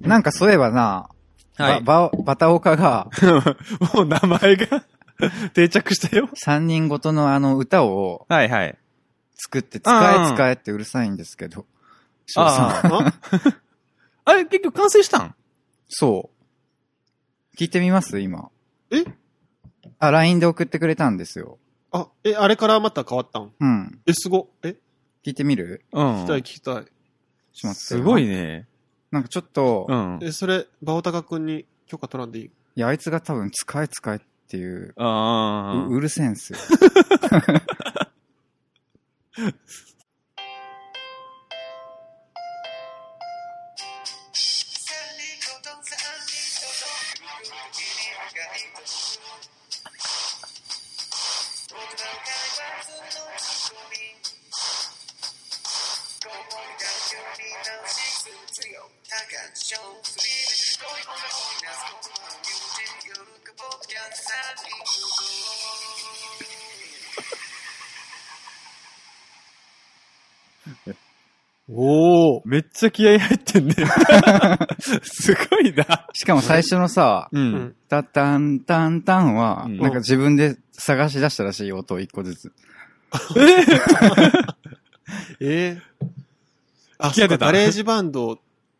なんかそういえばな、はいば、ば、バタオカが もう名前が 定着したよ。三人ごとのあの歌をはいはい。作って、あ使ーえ使えってうるさいんですけど。翔さんああ。 あれ、結局完成したんそう。聞いてみます今。えあ、LINE で送ってくれたんですよ。あ、え、あれからまた変わったんうん。え、すご。え、聞いてみるう聞きたい聞ん。きたい。ちょっと待ってすごい。ね。なんかちょっと、ういん。え、それ、バオタカ君に許可取らんでいいや、あいつが多分使え使えっていう、うあうるせえんすよ。おお。めっちゃ気合入って んね。すごいな。しかも最初の さ、う。うんん。タタンタンタンは、うんなんか自分で探し出したらしいよ音を一個ずつ。ええあ、き合っそうてかたガレージバンドを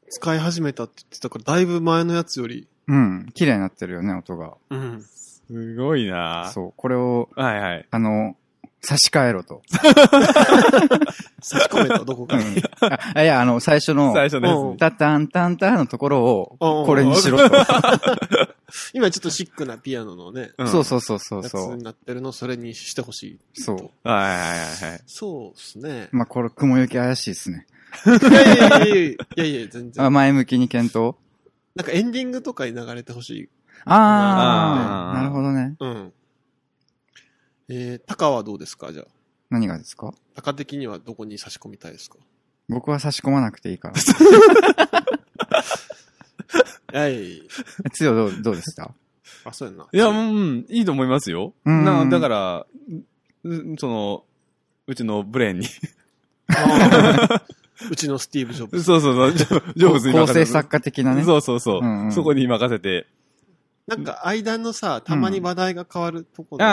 使い始めたって言ってたから、だいぶ前のやつより。うん。綺麗になってるよね、音が。うん。すごいな。そう。これを、はいはい。あの、差し替えろと。差し込めた、どこうかに。ん。あいや、あの、最初の、最初のやタタンタンタンのところを、うんうんこれにしろと。今ちょっとシックなピアノのね、つ。んそうそうそうそうやつそうに。なってるの、それにしてほしい。そう。はいはいはいはい。そうっすね。まあ、これ、雲行き怪しいですね。いやいやいやいや、いやいや、全あ然。前向きに検討なんかエンディングとかに流れてほしい。あああ、ーなるほどね。うん。えー、タカはどうですかじゃあ。何がですかタカ的にはどこに差し込みたいですか僕は差し込まなくていいから。はい。つよ、どう、どうでしたあ、そうやんな。いや、うん、いいと思いますよ。うんな、だから、うその、うちのブレーンに。あー うちのスティーブ・ジョ ブズ。そうそうそう、 ジョジョブズに構任せ成る作家的なね。そうそうそう。うんうんそこに任せて。なんか、間のさ、たまに話題が変わるとこの間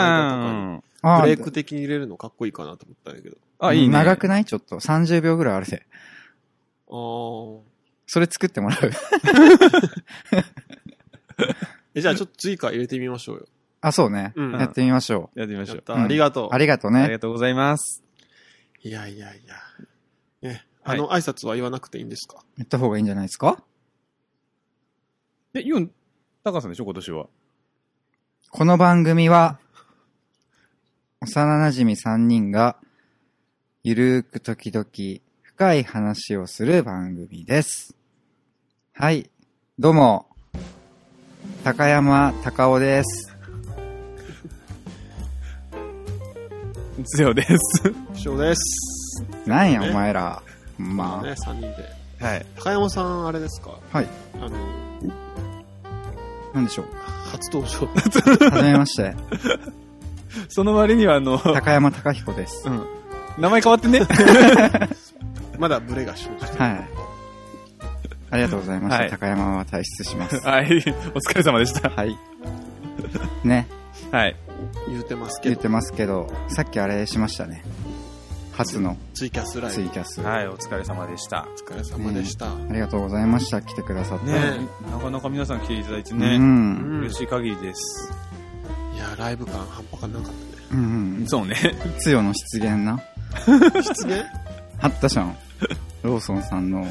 とかに、ああブレイーク的に入れるのかっこいいかなと思ったんやけど。あ、あいいね。長くないちょっと。30秒ぐらいあれで。あー。それ作ってもら う。え、じゃあちょっと追加入れてみましょうよ。あ、そうね。うんやってみましょやってみましやょっう。た、うんありがとう。う。ありがとうありね。がとうございます。いやいやいや。ね、はあいの、挨拶は言わなくていいんですか言った方がいいんじゃないですかで、ユン、高さんでしょ、今年は。この番組は、幼馴染3人が、ゆるーく時々深い話をする番組です。はい。どうも、高山高尾です。ゼロです。翔です。なんや、ねお前ら。まあまね、3人で。はい。高山さん、あれですかあ。はい。あの、なんでしょう。初登場。はじめま して。 その割には、あの、高山高彦です。うん。名前変わって ね。まだブレが生じてる。はい。ありがとうございました。はい高山は退出します。はい。お疲れ様でした。はい。ね、はい。言うてますけ言っどて、ますけど、さっきあれしましたね。初のツイキャスライツブイ。キャス。はい、お疲れ様でした。お疲れ様でした。ありがとうございました。来てくださって。ねなかなか皆さん来ていただいてうね、ん。うん嬉しい限りです。いや、ライブ感半端がなかっうん。そうね。つよの出現な。たね。失言あったじゃん。ローソンさんの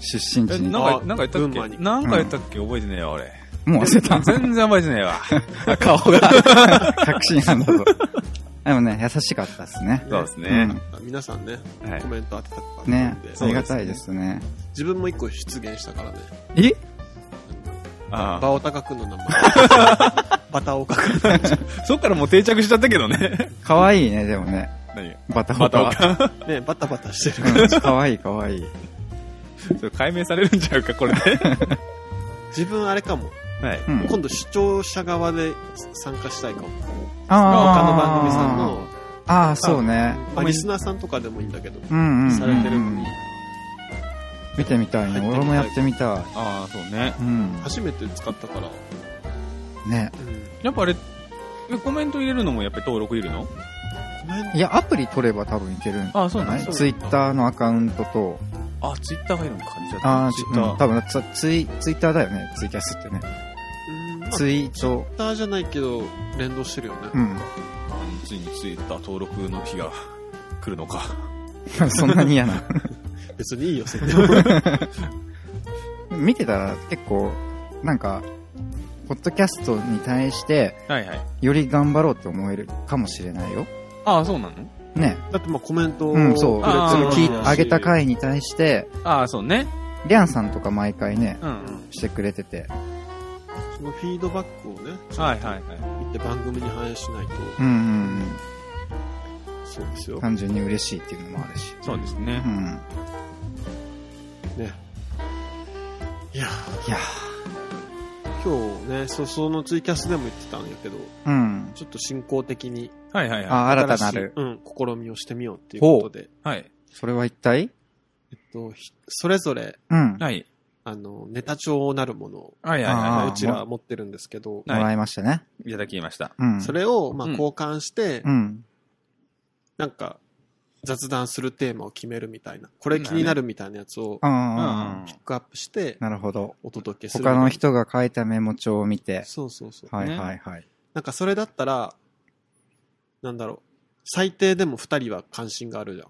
出身地え、に。なもんあか、なんか言群った馬っけになんか言ったっけ覚えてねえよ、俺。う忘れた。全然覚えてねえ わ。顔が確信犯だぞ。でもね、優しかったですね。そうですね。 皆さんね、はいコ。メント当てたかっうん。たねんで、、ありがたいですね。自分も一個出現したからね。えあバオタカ君の 名前。バタオカ君。あ。そっからもう定着しちゃったけ どね。かわいいね、でもね。何バタまバタたおは。かん。ね、バタバタしてる。うんかわいいかわいい。それ解明されるんちゃうか、こ れで。自分あれかも。はい。うん。今度視聴者側で参加したいかも。他あのー番組さんの、ああ、そうね。まあ、リスナーさんとかでもいいんだけど、うんうんうんうん。されてるのに、見てみたいね。入ってみたい俺もやってみたい。ああ、そうね。うん。初めて使ったから。ね。やっぱあれ、えコメント入れるのもやっぱり登録いるのいや、アプリ取れば多分いけるんじあそゃうななんいだツイッターのアカウントと、あ、ツイッター入るのか。じゃああ、ツイッター。うん多分ツツイ、ツイッターだよね。ツイキャスってね。ツイッイート。ターじゃないけど、連動してるよね。うん。 あついにツイッター登録の日が来るのか。そんなに嫌な。別にいいよ、そ れでも見てたら結構、なんか、ポッドキャストに対して、はいはい。より頑張ろうって思えるかもしれないよ。ああ、そうなのね。だってまあコメントをうん、そう。くれてるあーそのわ聞けいだしあげた回に対して、ああ、そうね。りゃんさんとか毎回ね、うん。してくれてて。そのフィードバックをね、はいはいはい。見て番組に反映しないと、うんうんうん。そうですよ。単純に嬉しいっていうのもあるし。そうですうね。ん。ね。いや、いや今日ね、そ、そのツイキャスでも言ってたんやけど、ーうん。ちょっと進行的にはいはいはあ、新たなる。新しいうん、試みをしてみようっていうことで、い。はい。それは一体えっと、ひそれぞれ、うん。もはい。あの、ネタ帳なるものを、はいはいあはーい。うちら持ってるんですけど、はいらいましたね。いただきました。うん。それを、まあ、うん交換して、うん。なんか、雑談するテーマを決めるみたいな、これ気になるみたいなやつをあうん。あ、ピックアップして、なるほど。お届けする。他の。人が書いたメモ帳を見て。そうそうそう。はいねはいはい。なんか、それだったら、なんだろう、最低でも二人は関心があるじゃん。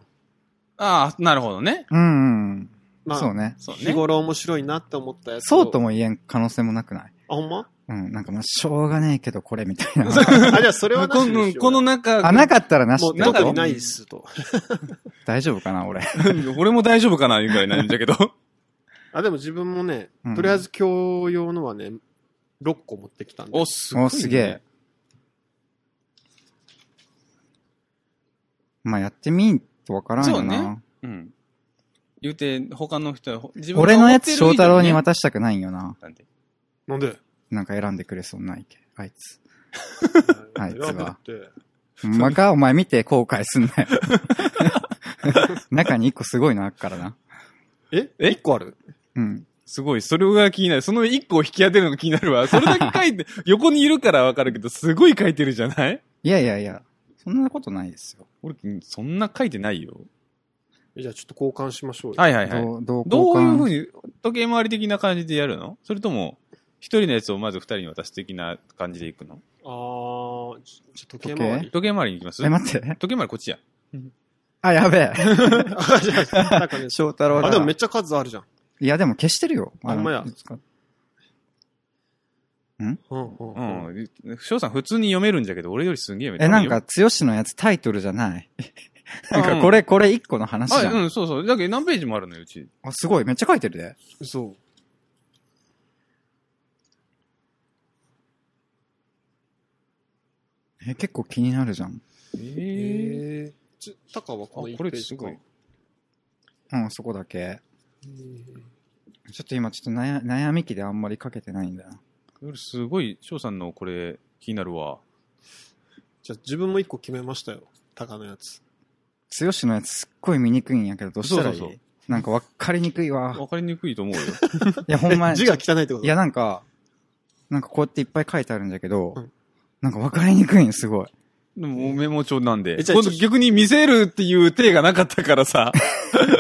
ああ、なるほどね。うんうん。まあ、そうね。そう日ね。頃面白いなって思ったやつを。そうとも言えん可能性もなくないあ、ほんま うん。なんかもう、しょうがねえけどこれみたいな。あ、じゃあそれはなしこにしようのこの中、あ、なかったらなしっもうてこ特とにないですと。大丈夫かな俺。俺も大丈夫かないうぐらいなん だけど。あ、でも自分もねうん、とりあえず今日用のはね、6個持ってきたんで。お、すごい、ね。おすげえ。まあ、やってみんとわからんよそうな。うん。言うて、他の人は、自俺のやつ、翔太郎にた。渡したくないんよな。なんでなんでなんか選んでくれそうないけ。あいつ。 あいつは選べってほんまかお前見て後悔すんなよ。 中に一個すごいのあっからな。ええ ?1 個あるうん。すごい、それが気になる。その一個を引き当てるのが気にな るわ。それだけ書いて、横にいるからわかるけど、すごい書いてるじゃないいやいやいや、そんなことないですよ。俺、そんな書いてないよ。じゃあちょっと交換しましょうよ。はいはいはい。どう、どうどういうふうにに、時計回り的な感じでやるのそれとも、一人のやつをまず二人に渡す的な感じでいくのあー、じゃあ時計回り。時計回りに行きますえ、時待って。計回りこっちや。あ、やべえ。あじゃ あなんかね翔太郎だ。あ、でもめっちゃ数あるじゃん。いや、でも消してるよ。あのほんまや。いつかうんうんううん。ん。翔さん普通に読めるんじゃけど、俺よりすんげえ読めえ、るなんか、剛のやつタイトルじゃない。なんうか、んこれ、これ一個の話じゃ。あ、うんん、そうそう。だけど何ページもあるのよ、うち。あ、すごい。めっちゃ書いてるで。そう。え、結構気になるじゃん。ええー。ちタカはこのあ1こペれーすジか。ごいうん、そこだけ。うんちょっと今、ちょっと悩悩み期であんまり書けてないんだな。俺すごい、翔さんのこれ、気になるわ。じゃあ自分も1個決めましたよ。タカのや つ。剛のやつすっごい見にくいんやけど、どうしたらいいそうそうなんかわかりにくいわ。わかりにくいと 思うよ。いや、ほんまに。 字が汚いってこといや、なんか、なんかこうやっていっぱい書いてあるんだけど、うんなんかわかりにくいんすごい。でも、メモ帳なんで。えじゃあ今度逆に見せるっていう手がなかったからさ。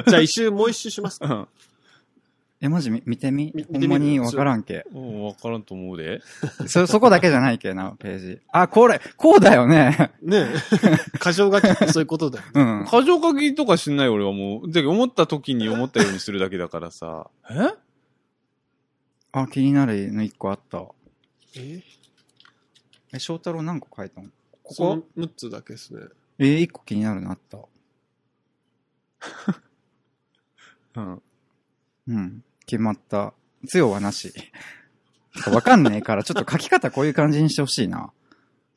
じゃあ一周、もう一周しますか。うん。もえ、マジみ見てみみ見ほてんみまにわからん け。 うわからんと思うで。そ、そこだけじゃないけな、ページ。あ、これ、こうだよね。 ねえ。過剰書きってそういうことだよね。うん。過剰書きとかしない俺はもう、だけど思った時に思ったようにするだけだからさ。えあ、気になるの一個あった。ええ、翔太郎何個書いたのこここ ?6 つだけですね。えー、一個気になるのあった。うん。うん。決まった。つよはなし。 わかんねえから、ちょっと書き方こういう感じにしてほしいな。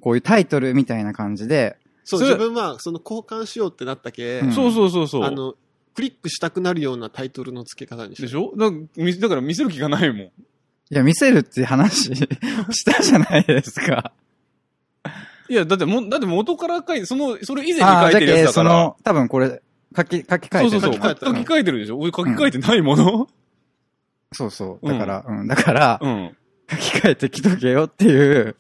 こういうタイトルみたいな感じで、そう、それ自分は、その交換しようってなったけ、うんそうそうそうそう。あの、クリックしたくなるようなタイトルの付け方にしでてしょだみだから見せる気がないもん。いや、見せるって話 したじゃないですか。いや、だっても、だって元から書いて、その、それ以前あにあ、だ書 いてるやけつだそから。の、多分これ、書き、書き換えてそるうそうそう。書書きき換えたら換えてるでしょ俺書き換えてないものそうそう。うだんから、うん、だから、うん。書き換えてきとけよっていう、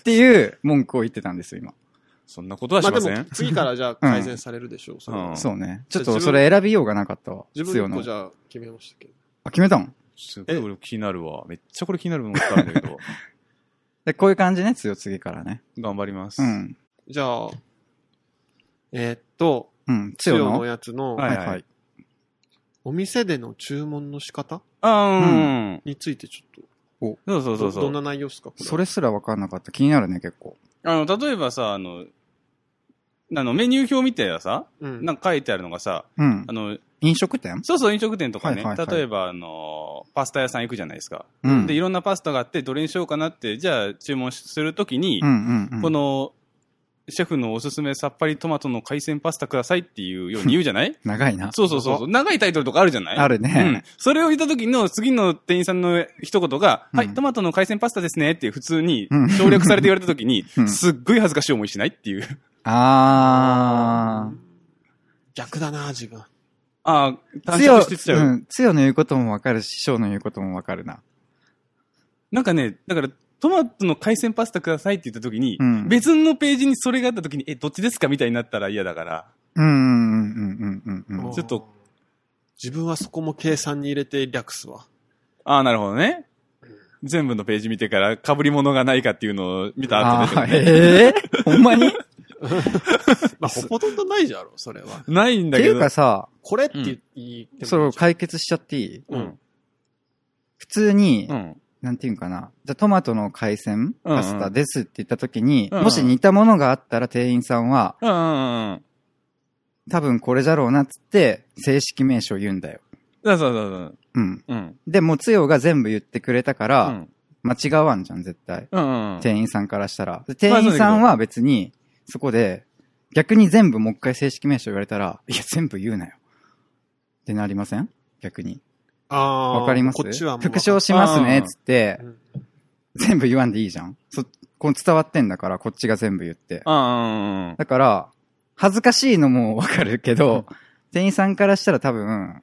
っていう文句を言ってたんですよ、今。そんなことはしまあまでせもん。次からじゃあ改善されるでしょう。それはうんそうね。ちょっじゃあと自分それ選びようがなかったわ。自強分ののじゃあ決めましたけど。あ、決めたのすごい俺気になるわ。めっちゃこれ気になるものったんだけ ど。で、こういう感じね、強次からね。頑張ります。う。ん。じゃあ、えーっと、うん、つよ強のの。やつの、はいはいお店での注文の仕方あーうん。についてちょっそうそと、うそうどそどんう。な内容ですかこそれすら分かんなかった。気になるね、結構。あの、例えばさ、あの、あの、メニュー表みたいなさ、うん。なんか書いてあるのがさ、うんあ。の、飲食店そうそう飲食店とかはね、いはいはい例えば、あの、パスタ屋さん行くじゃないですか。うん。で、いろんなパスタがあって、どれにしようかなって、じゃあ注文するときに、うんうんうん。この、シェフのおすすめさっぱりトマトの海鮮パスタくださいっていうように言うじゃない長いな。そうそうそうそう。長いタイトルとかあるじゃないあるうねん。。 それを言った時の次の店員さんの一言が、うんはい、トマトの海鮮パスタですねって普通にうん省略されて言われた時に、 うんすっごい恥ずかしい思いしないっていう。あ逆だな、自分。ああ、ー。短強縮してっちゃう。ん。強の言うことも分かるし、翔の言うことも分かるな。なんかね、だから、トマトの海鮮パスタくださいって言った時に、うん別のページにそれがあった時に、え、どっちですかみたいになったら嫌だから。うんうんうんうんうんうんうん。ちょっと。自分はそこも計算に入れて略すわ。ああ、なるほどね。全部のページ見てから、被り物がないかっていうのを見た後で、あー ええほんまにっまあ、ほとんどないじゃろ、それは。ないてんだけいうどか。さ、これって言言ってもいいそれを解決しちゃっていいうん。普通にう、ん。なんていうんかな。じゃあ、トマトの海鮮パスタですって言った時に、うんうんもし似たものがあったら店員さんは、うんうんうん。多分これじゃろうなっつって、正式名称言うんだよ。そうそうそうそう。うん。うん。で、もつよが全部言ってくれたかうら、ん。間違わんじゃん、絶対。うんうんうん。店員さんからしたら。で店員さんは別に、そこで、逆に全部もう一回正式名称言われたら、いや、全部言うなよ。ってなりません逆に。ああ。わかりますこっちはもう。復唱しますね、うんつってう、ん全部言わんでいいじゃん。そ、こう伝わってんだから、こっちが全部言って。ああ、だから、恥ずかしいのもわかるけど、店員さんからしたら多分、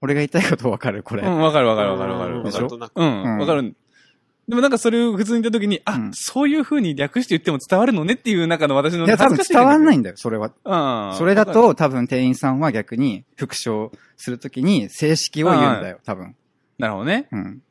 俺が言いたいことわかる、これ。うん、わかるわかるわかるわかうる。んわかなるんとなくうん、うんわかる。でもなんかそれを普通に言った時に、あ、うんそういう風に略して言っても伝わるのねっていう中の私のいや、多分伝わんないい。んだよ、それは。うん。それだと、多分店員さんは逆に、復唱するときに、正式を言うんだよ、多分。なるほどね。うん。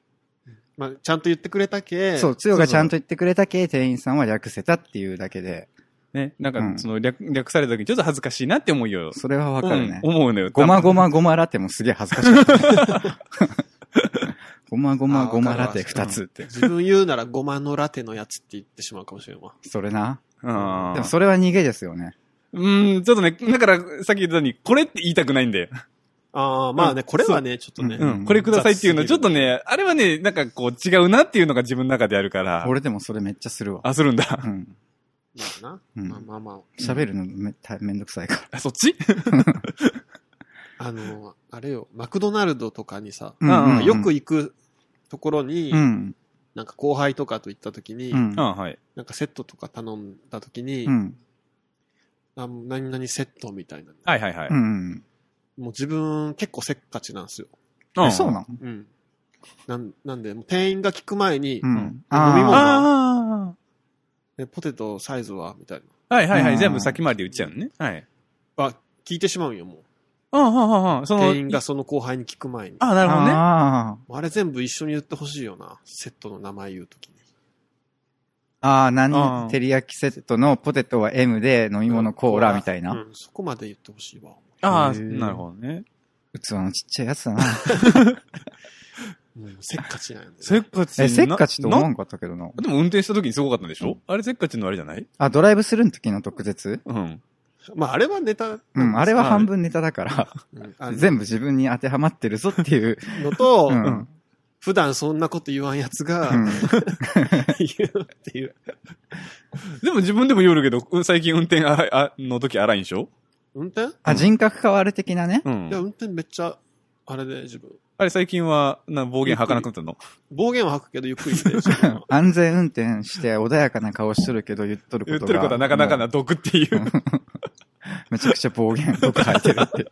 まあ、ちゃんと言ってくれたけ。そう、つよがちゃんと言ってくれたけ、店員さんは略せたっていうだけで、ね。なんうんか、その略、略された時にちょっと恥ずかしいなって思うよ。それはわかるねう。ん思うのよ。ごまごま。まごまラテもすげえ恥ずかしかった。 ごまごまごまラテ二つって。自分言うならごまのラテのやつって言ってしまうかもしれんわ。それな。うん。でもそれは逃げですよね。うん、ちょっとね、だから、さっき言ったように、これって言いたくないんだよ。ああ、まあね、これはね、ちょっとね。ううんん、これくださいっていうの、雑ちょすっぎるとね、あれはね、なんかこう違うなっていうのが自分の中であるから。俺でもそれめっちゃするわ。あ、するんうだ。ん。まあな。うんまあまあまあ。喋るのめためんどくさいかあ、そっちあの、あれよ、マクドナルドとかにさ、ら。うんよく行くところに、うん。なんか後輩とかと行った時に、うん。うん、はい。なんかセットとか頼んだ時に、うん。あ何々セットみたいな。はいはいはい。うん。もう自分結構せっかちなんですよ。えそうなのうん。なんなんで、もう店員が聞く前に、うん。飲み物ああえポテトサイズはみたいあ。はいはいはうい。ん全部先回りで打っちゃうのね。はい。な。あ、聞いてしまうんよ、もう。ああ、はあ、はあ。その、店員がその後輩に聞く前に。ああ、なーるほどね。ああれ全部一緒に言ってほしいよな。セットの名前言うときに。ーあー、何うん照り焼きセットのポテトは M で飲み物コーラみたいうな。ん、そこまで言ってほしいわ。あへあ、ーなるほどね。器のちっちゃいやつ だな。うん、せっかちなんやね。せっかちな。え、せっかちと思わなんかったけどな。でも運転した時にすごかったんでしょあれせっかちのあれじゃないあ、ドライブする時の特別うん。まあ、あれはネタ。うん、あれは半分ネタだから、うんあの全部自分に当てはまってるぞっていう。のと、うん。ううんん普段そんなこと言わんやつが、言うっていう。でも自分でも言うけど、うん最近運転あ あの時荒いんでしょ運転いあ、人格変わる的なね。うんや、。運転めっちゃ、あれで自分。あれ最近は、な、暴言吐かなくなったの暴言は吐くけどゆっくりで 自分は安全運転して穏やかな顔しとるけど言っとることが。言っとることはなかなかな毒っていう。めちゃくちゃ暴言僕吐いてるって。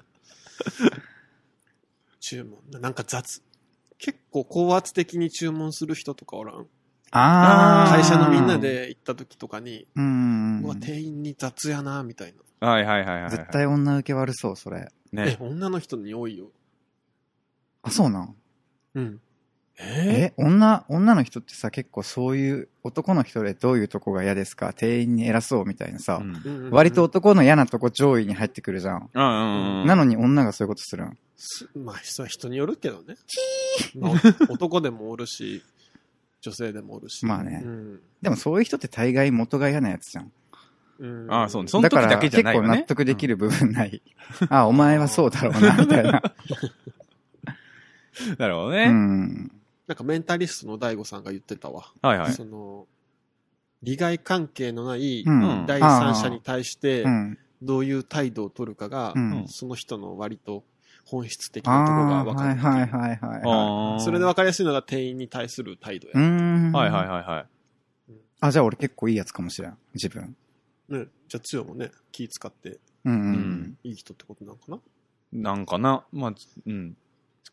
注文。なんか雑。結構高圧的に注文する人とかおらん。 あー。会社のみんな。で行った時とかに、うんう。わ、店員に雑やな、みたいな。 はいはいはいはい。絶対女受け悪そう、それ。えね、。女の人に多いよ。あ、そうなんうん。え、え女、女の人ってさ、結構そういう、男の人でどういうとこが嫌ですか店員に偉そうみたいなさう、ん。うんうんうんうん割と、男の嫌なとこ上位に入ってくるじゃん。うんうん。なのに女がそういうことするん。すまあ、それは人によるけどね。まあお 男でもおるし、女性でもおるし。まあねうんでもそういう人って大概元が嫌なやつじゃん。うんああ、そうね。その時だけじゃないよね。だから結構納得できる部分ない。 あ、お前はそうだろうな、みたいな。うん。なるほどう ね。ん。なんかメンタリストの大悟さんが言ってたわ。はいはい。その、利害関係のないうん第三者に対してう、ん。どういう態度を取るかがう、ん。その人の割と本質的なところがああ分ー、かはいる。はいはいはあーそれで分かりやすいのが店員に対する態度い。うーや。ん。はいはいい。はいはい。あ、じゃあ俺結構いいやつかもしれん。自分。ね、じゃあ、つよもね、気使ってうんうんううんん。いい人ってことなのかななんかな、まあ、うん。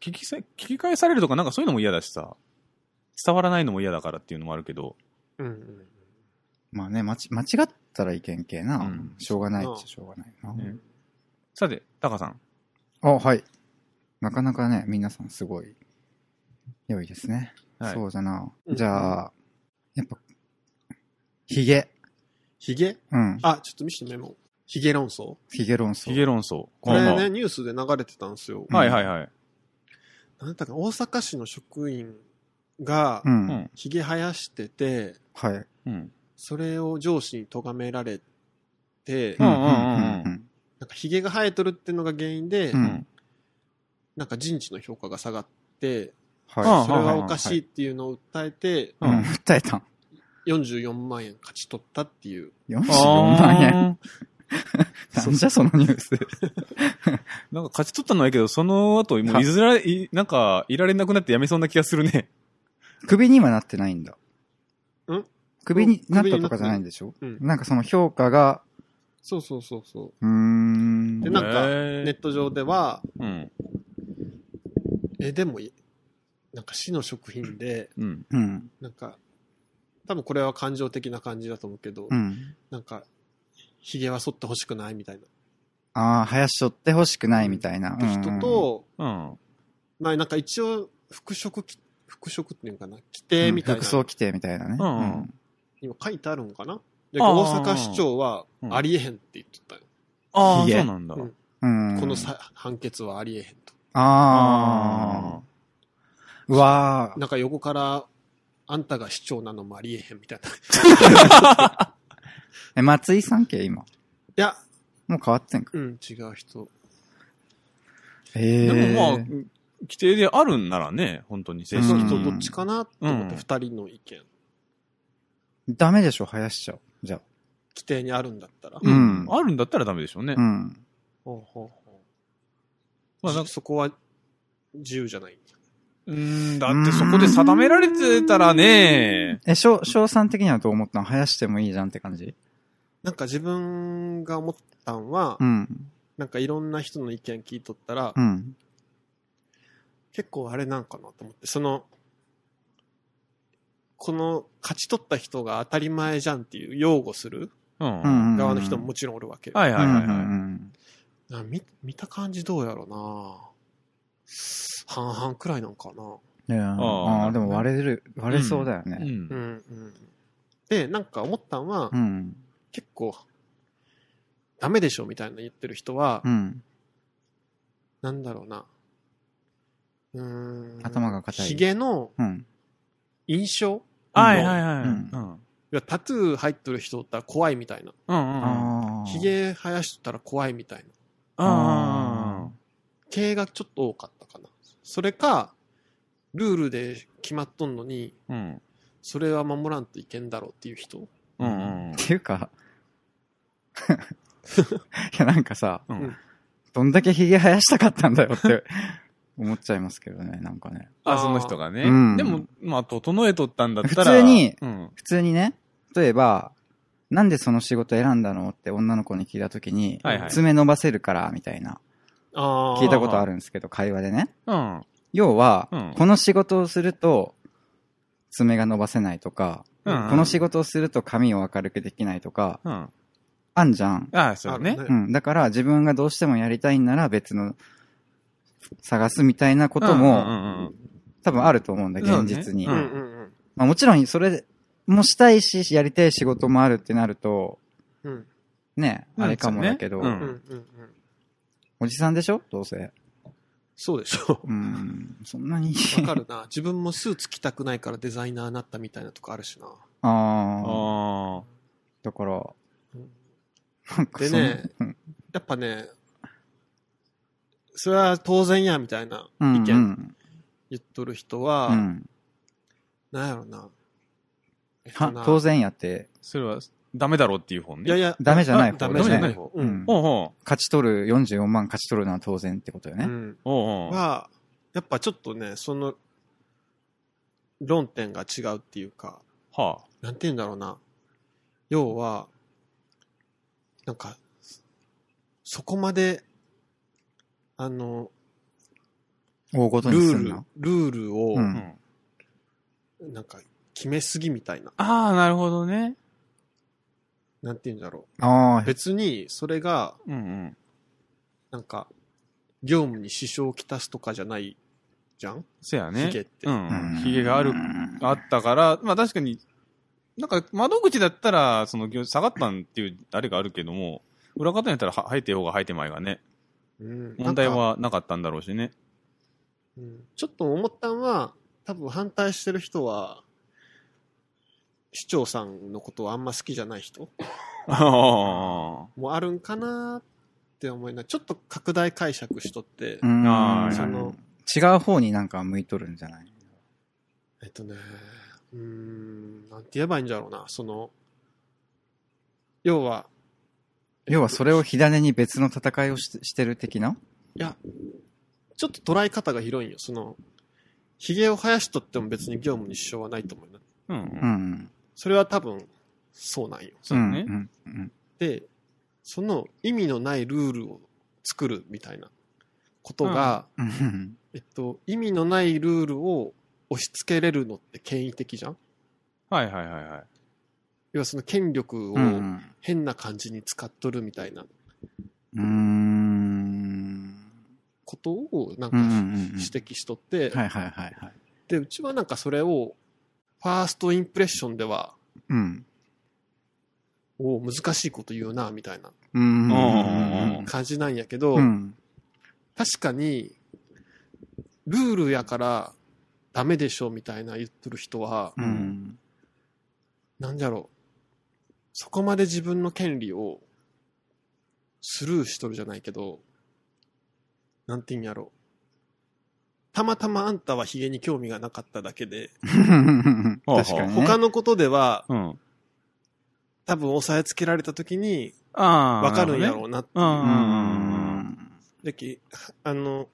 聞きさ聞き返されるとか、なんかそういうのも嫌だしさ。伝わらないのも嫌だからっていうのもあるけど。うんうんまあね、まち間違ったらいけんけえな。うんしょうがないっちゃしょうがないな。ねさて、タカさん。あ、はい。なかなかね、皆さんすごい、良いですね。はいそうじゃな。うんじゃあ、やっぱ、ヒゲ。ヒゲうん。あ、ちょっと見せてメモ。ヒゲ論争ヒゲ論争。ヒゲ論争。これまあまね、ニュースで流れてたんですよ。あはいはいはい。なんだったかな大阪市の職員がう、。うんん。ヒゲ生やしてて、はい。うんうん。それを上司に咎められて、うんうんなんかヒゲが生えとるっていうのが原因で、うんうんなんか人事の評価が下がって、はい。それはおかしいっていうのを訴えて、うん。訴えたん。 44万円勝ち取ったっていう。 44万 円。あなんじゃそのニュース。ーなんか勝ち取ったのはいいけど、その後、もういずれ、いなんか、いられなくなってやめそうな気がするね。首にはなってないんだ。ん首になったとかじゃないんでしょうん。なんかその評価が、そうそうそうそうーん。 でなんかう。ネねット上では、うん。え、でも、なんか市の食品で、うん。うん。なんか、多分これは感情的な感じだと思うけど、うん。なんか、ヒゲは剃ってほしくないみたいな。ああ、林取ってほしくないみたいな。うん人、と、うん。まあなんか一応、服飾き、服飾っていうのかな規定みたいな。服装規定みたいなね。うんうん今書いてあるんかなで、あー大阪市長はう、んありえへんって言ってたよ。ああ、ヒゲそうなんだ。うんうん。うんこのさ、判決はありえへんと。ああ。うわあ。なんか横から、あんたが市長なのもありえへんみたいな。い え、松井さん系今。や、もう変わってんか。うん、違う人。へえ。でもまあ、規定であるんならね、本当に正で、式そうんのに。人どっちかなって思って、うん二人の意見。ダメでしょ、生やしちゃう。じゃあ。規定にあるんだったら。ううんん。あるんだったらダメでしょうねう。ん。ほうほうほうまあなんかそこは、自由じゃない。うん、だってそこで定められてたらね、え、翔、翔さん的にはどう思ったの生やしてもいいじゃんって感じなんか自分が思ったんは、うん。なんかいろんな人の意見聞いとったら、うん。結構あれなんかなと思って、その、この勝ち取った人が当たり前じゃんっていう擁護するうん。うんうんうん側の人ももちろんおるわけよ。はいはいはいうんうんうんはな見見た感じどうやろうな半々くらいなんかな。いやーあーあーでも割れる、割れそうだよい。う。ね。うんんうん。で、なんか思ったんは、うん。結構、ダメでしょみたいな言ってる人は、うん。なんだろうな。うーん。頭が固いヒゲのうん。印象はいはいはい。うんうん。うんいやタトゥー入ってる人おったら怖いみたいな。うんうん。ああ。ヒゲ生やしとったら怖いみたいな。あ系がちょっと多かったかな。それか、ルールで決まっとんのに、ーうん。それは守らんといけんだろうっていう人。うんうんっていう か、いやなんかさ、うんうんどんだけヒゲ生やしたかったんだよって思っちゃいますけどね、なんかね。あ、その人がねうん。でも、まあ、整えとったんだったら。普通にうん。普通にね、例えば、なんでその仕事選んだのって女の子に聞いた時に、はいはい爪伸ばせるから、みたいな、あー聞いたことあるんですけど、会話でね。うん。要は、うんこの仕事をすると、爪が伸ばせないとか、うんうんこの仕事をすると髪を明るくできないとか、うん。ああんじゃん。あ、そうあねる。ねうん。だから自分がどうしてもやりたいんなら別の探すみたいなことも、うんうんうん多分あると思うんだ、そう現ね実に。ううんんうんまあ、もちろんそれもしたいし、やりたい仕事もあるってなると、うん。うんね、うんあれかもだけど、そうねうんうんうん。おじさんでしょどうせ。そうでし ょう。ん、そんなに。わかるな。自分もスーツ着たくないからデザイナーになったみたいなとこあるしな。ああ、あだからうなん、んかそんでねうんやっぱね、それは当然や、みたいなうん意う見ん言っとる人は、うん。なんやろな。えっとはな当然やってあ、、それは、ダメだろうっていう本ね。いやいや、ダメじゃないあダ方メでじすゃないね。方。ううんん。おうお勝ち取る44万勝ち取るのは当然ってことようね。んうおうおうは、やっぱちょっとね、その、論点が違うっていうか、はなんて言うんだろうな。要は、なんか、そこまで、あの、大ごとルにすんールな。、ルールをう、あ。うんん。なんか、決めすぎみたいな。ああ、なるほどね。なんて言うんだろあう。別に、それが、うんうん。なんか、業務に支障をきたすとかじゃないじゃんそやね。ヒゲってう。あ、ん。ヒゲがあるうんあったから、まあ確かに、なんか窓口だったら、その、下がったんっていうあれがあるけども、裏方にやったら、は入ってようが入ってまいがね、うん問題はなかったんだろうしね。うんちょっと思ったんは、多分反対してる人は、市長さんのことはあんま好きじゃない人あもあるんかなって思いな、ちょっと拡大解釈しとって、うんあーその違う方になんか向いとるんじゃないえっとね、うーん、なんて言えばいいんだろうな、その、要は、要はそれを火種に別の戦いをししてる的ないや、ちょっと捉え方が広いんよ、その、髭を生やしとっても別に業務に支障はないと思うな。あ。うんう。うんん。それは多分、そうなんよ。そううんねう。んうんで、その意味のないルールを作るみたいなことが、うんえっと、意味のないルールを押し付けれるのって権威的じゃんはいはいはいはい。要はその権力をうん変な感じに使っとるみたいなうーん。ことをなんうかんうんうんうん指摘しとって、はいはいはいはい。で、うちはなんかそれを、ファーストインプレッションでは、うん。お難しいこと言うな、みたいなうん。うん感じなんやけど、うん。確かに、ルールやからダメでしょ、みたいな言っとる人は、うん。なんじゃろう。そこまで自分の権利をスルーしとるじゃないけど、なんて言うんやろう。たまたまあんたはヒゲに興味がなかっただけで、確かにね。他のことではうん。多分押さえつけられた時にああ。わかるんやなろうなってほどねううんんううんんだけ あの、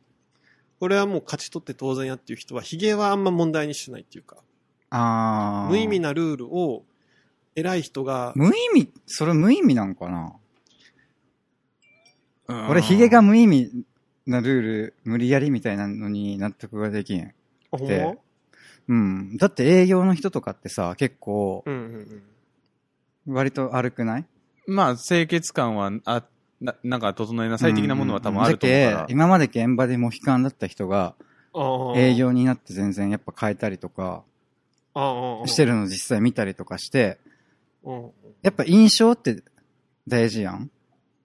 これはもう勝ち取って当然やっていう人は、ヒゲはあんま問題にしないっていうか、ああ。無意味。なルールを偉い人が、無意味、それ無意味なんかなるほどね。俺、ヒゲが無意味なルール、無理やりみたいなのに納得ができん。あほんまうん。だって営業の人とかってさ、結構う、んうんうん。割と歩くないまあ、清潔感は、あ、ななんか整えなさい的なものは多分あると思うからだけ。今まで現場でモヒカンだった人が、ああ営業になって全然やっぱ変えたりとか、してる。るの実際見たりとかして、うんやっぱ印象って大事やん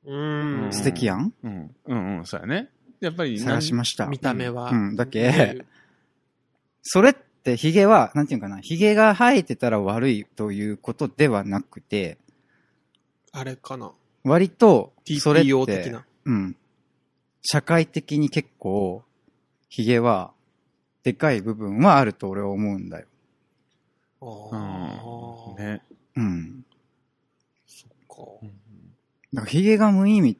うん。うん素敵やんうん。うんうん、そうやね。やっぱりなん、探しました。見た目は。うん、だけ、 それってヒゲは、なんていうかな、ヒゲが生えてたら悪いということではなくて、あれかな。割と、それ TPO っ的て、な。うん。社会的に結構、ヒゲは、でかい部分はあると俺は思うんだよ。あうん。あ。ね。うん。そっか。だからヒゲが無意味。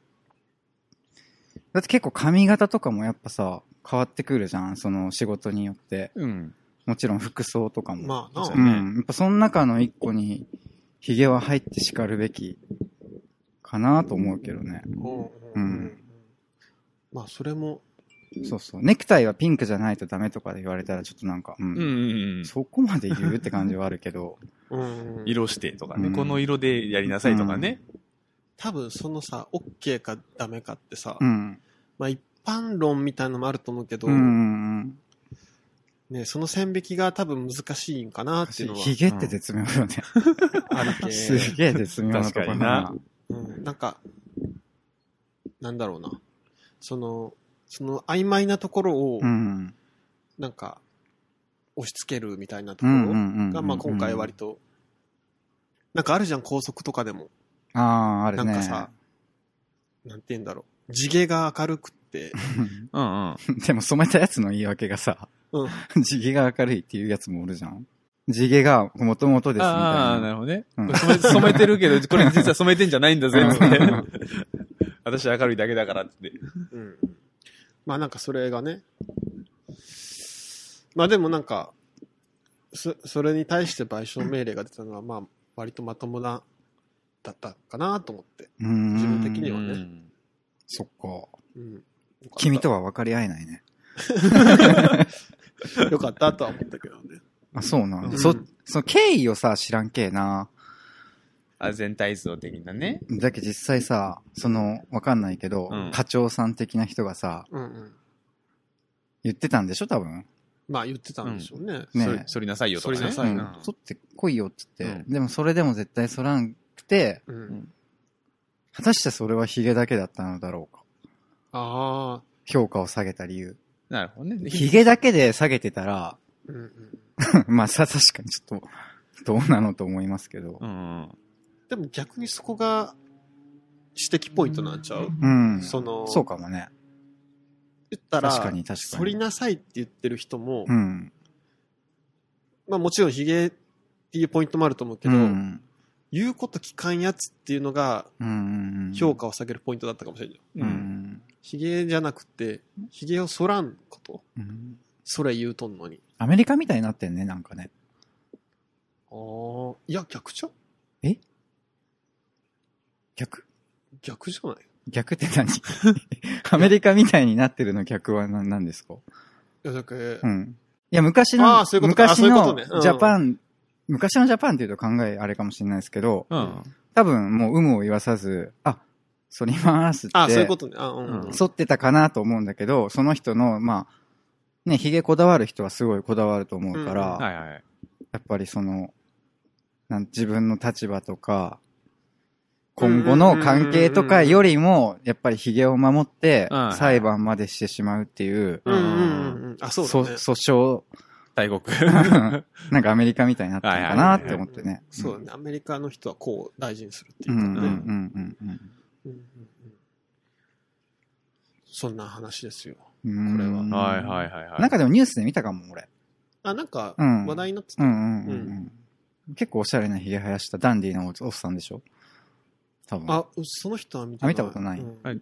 だって結構髪型とかもやっぱさ、変わってくるじゃんその仕事によって。うん。もちろん服装とかも。まあなそううねん。やっぱその中の一個に髭は入って叱るべきかなと思うけどね。うんうんまあ、それも、そうそう。ネクタイはピンクじゃないとダメとかで言われたらちょっとなんか、うんうんうんうん。そこまで言うって感じはあるけど、 うん、色してとかうね。んこの色でやりなさいとかね。多分そのさ、OK かダメかってさ、うん。まあ一般論みたいなのもあると思うけど、うんうんうん。ね、その線引きが多分難しいんかなっていうのはヒゲって絶妙よね。あるけすげえ絶妙なところだな。うん、なんか、なんだろうな。その、その曖昧なところをう、ん。なんか、押し付けるみたいなとうころんが、うんうんうん。まあ今回割。と、なんかあるじゃん、高速とかでも。ああ、あるね。なんかさなんて言うんだろう。地毛が明るくって、うんうん。 でも染めたやつの言い訳がさ、うん地毛が明るいっていうやつもおるじゃん。地毛がもともとですみたいああ、なな。るほどね。うん染め染めてるけど、これ実は染めてんじゃないんだぜ、つっ てうん。私明るいだけだからって。うん。まあなんかそれがね。まあでもなんか、そそれに対して賠償命令が出たのは、まあ割とまともな、だったかなと思って。うん自分的にはねうんそっか。うん。君とはは分かり合えないね。よかったとは思ったけどね。あ、そうな。、うんんそ、その経緯をさ、知らんけえな。あ、全体像的なね。だけど実際さ、その、わかんないけど、うん課長さん的な人がさ、うんうん。言ってたんでしょ多分。まあ言ってたんでしょうね。ねそりそりなさいよとかね。そりなさうはんい。取ってこいよって言って、うでもそれでも絶対そらんくて、うん。果たしてそれはヒゲだけだったのだろうか。ああ。評価を下げた理由。なるほどね。ヒゲだけで下げてたら、うんうん。 まあさ、確かにちょっと、どうなのと思いますけど う。んうん。でも逆にそこが指摘ポイントなんちゃう、うん。その、そうかもね。言ったら、確かに確かに反りなさいって言ってる人も、うん。まあもちろんヒゲっていうポイントもあると思うけうど、ん。言うこと聞かんやつっていうのがうん。評価を下げるポイントだったかもしれない。うん。うん。ヒゲじゃなくて、ヒゲを反らんこと。うん。それ言うとんのに。アメリカみたいになってんね、なんかね。ああ。いや、逆じゃん逆逆じゃないい逆って何 アメリカみたいになってるの逆は何何ですかや、だから、うん。いや、昔の、あーそういうことかあ昔そういうことのねうんジャパン、昔のジャパンっていうと考えあれかもしれないですけど、うん。多分もう有無を言わさず、あ、反りますって、あそういうことね。あうんうん。うん反ってたかなと思うんだけど、その人の、まあ、ね、髭こだわる人はすごいこだわると思うから、うんはいはい。やっぱりその、なん自分の立場とか、今後の関係とかよりも、やっぱり髭を守ってうん、裁判までしてしまうっていう、うんうんうんうん。あ、そうそだね。訴大国。訟、 なんかアメリカみたいになってるかなって思ってね。そうだね。アメリカの人はこう大事にするってういんううんうんかね。うんうんうんうんうんそんな話ですよ。うん。これはうんはいはいはいはい。なんかでもニュースで見たかも、俺。あ、なんかうん話題になってうた。んうんうんうん。結構おしゃれな髭生やしたダンディーなおおっさんでしょ多分。あ、その人は見たあ見たことないうんはい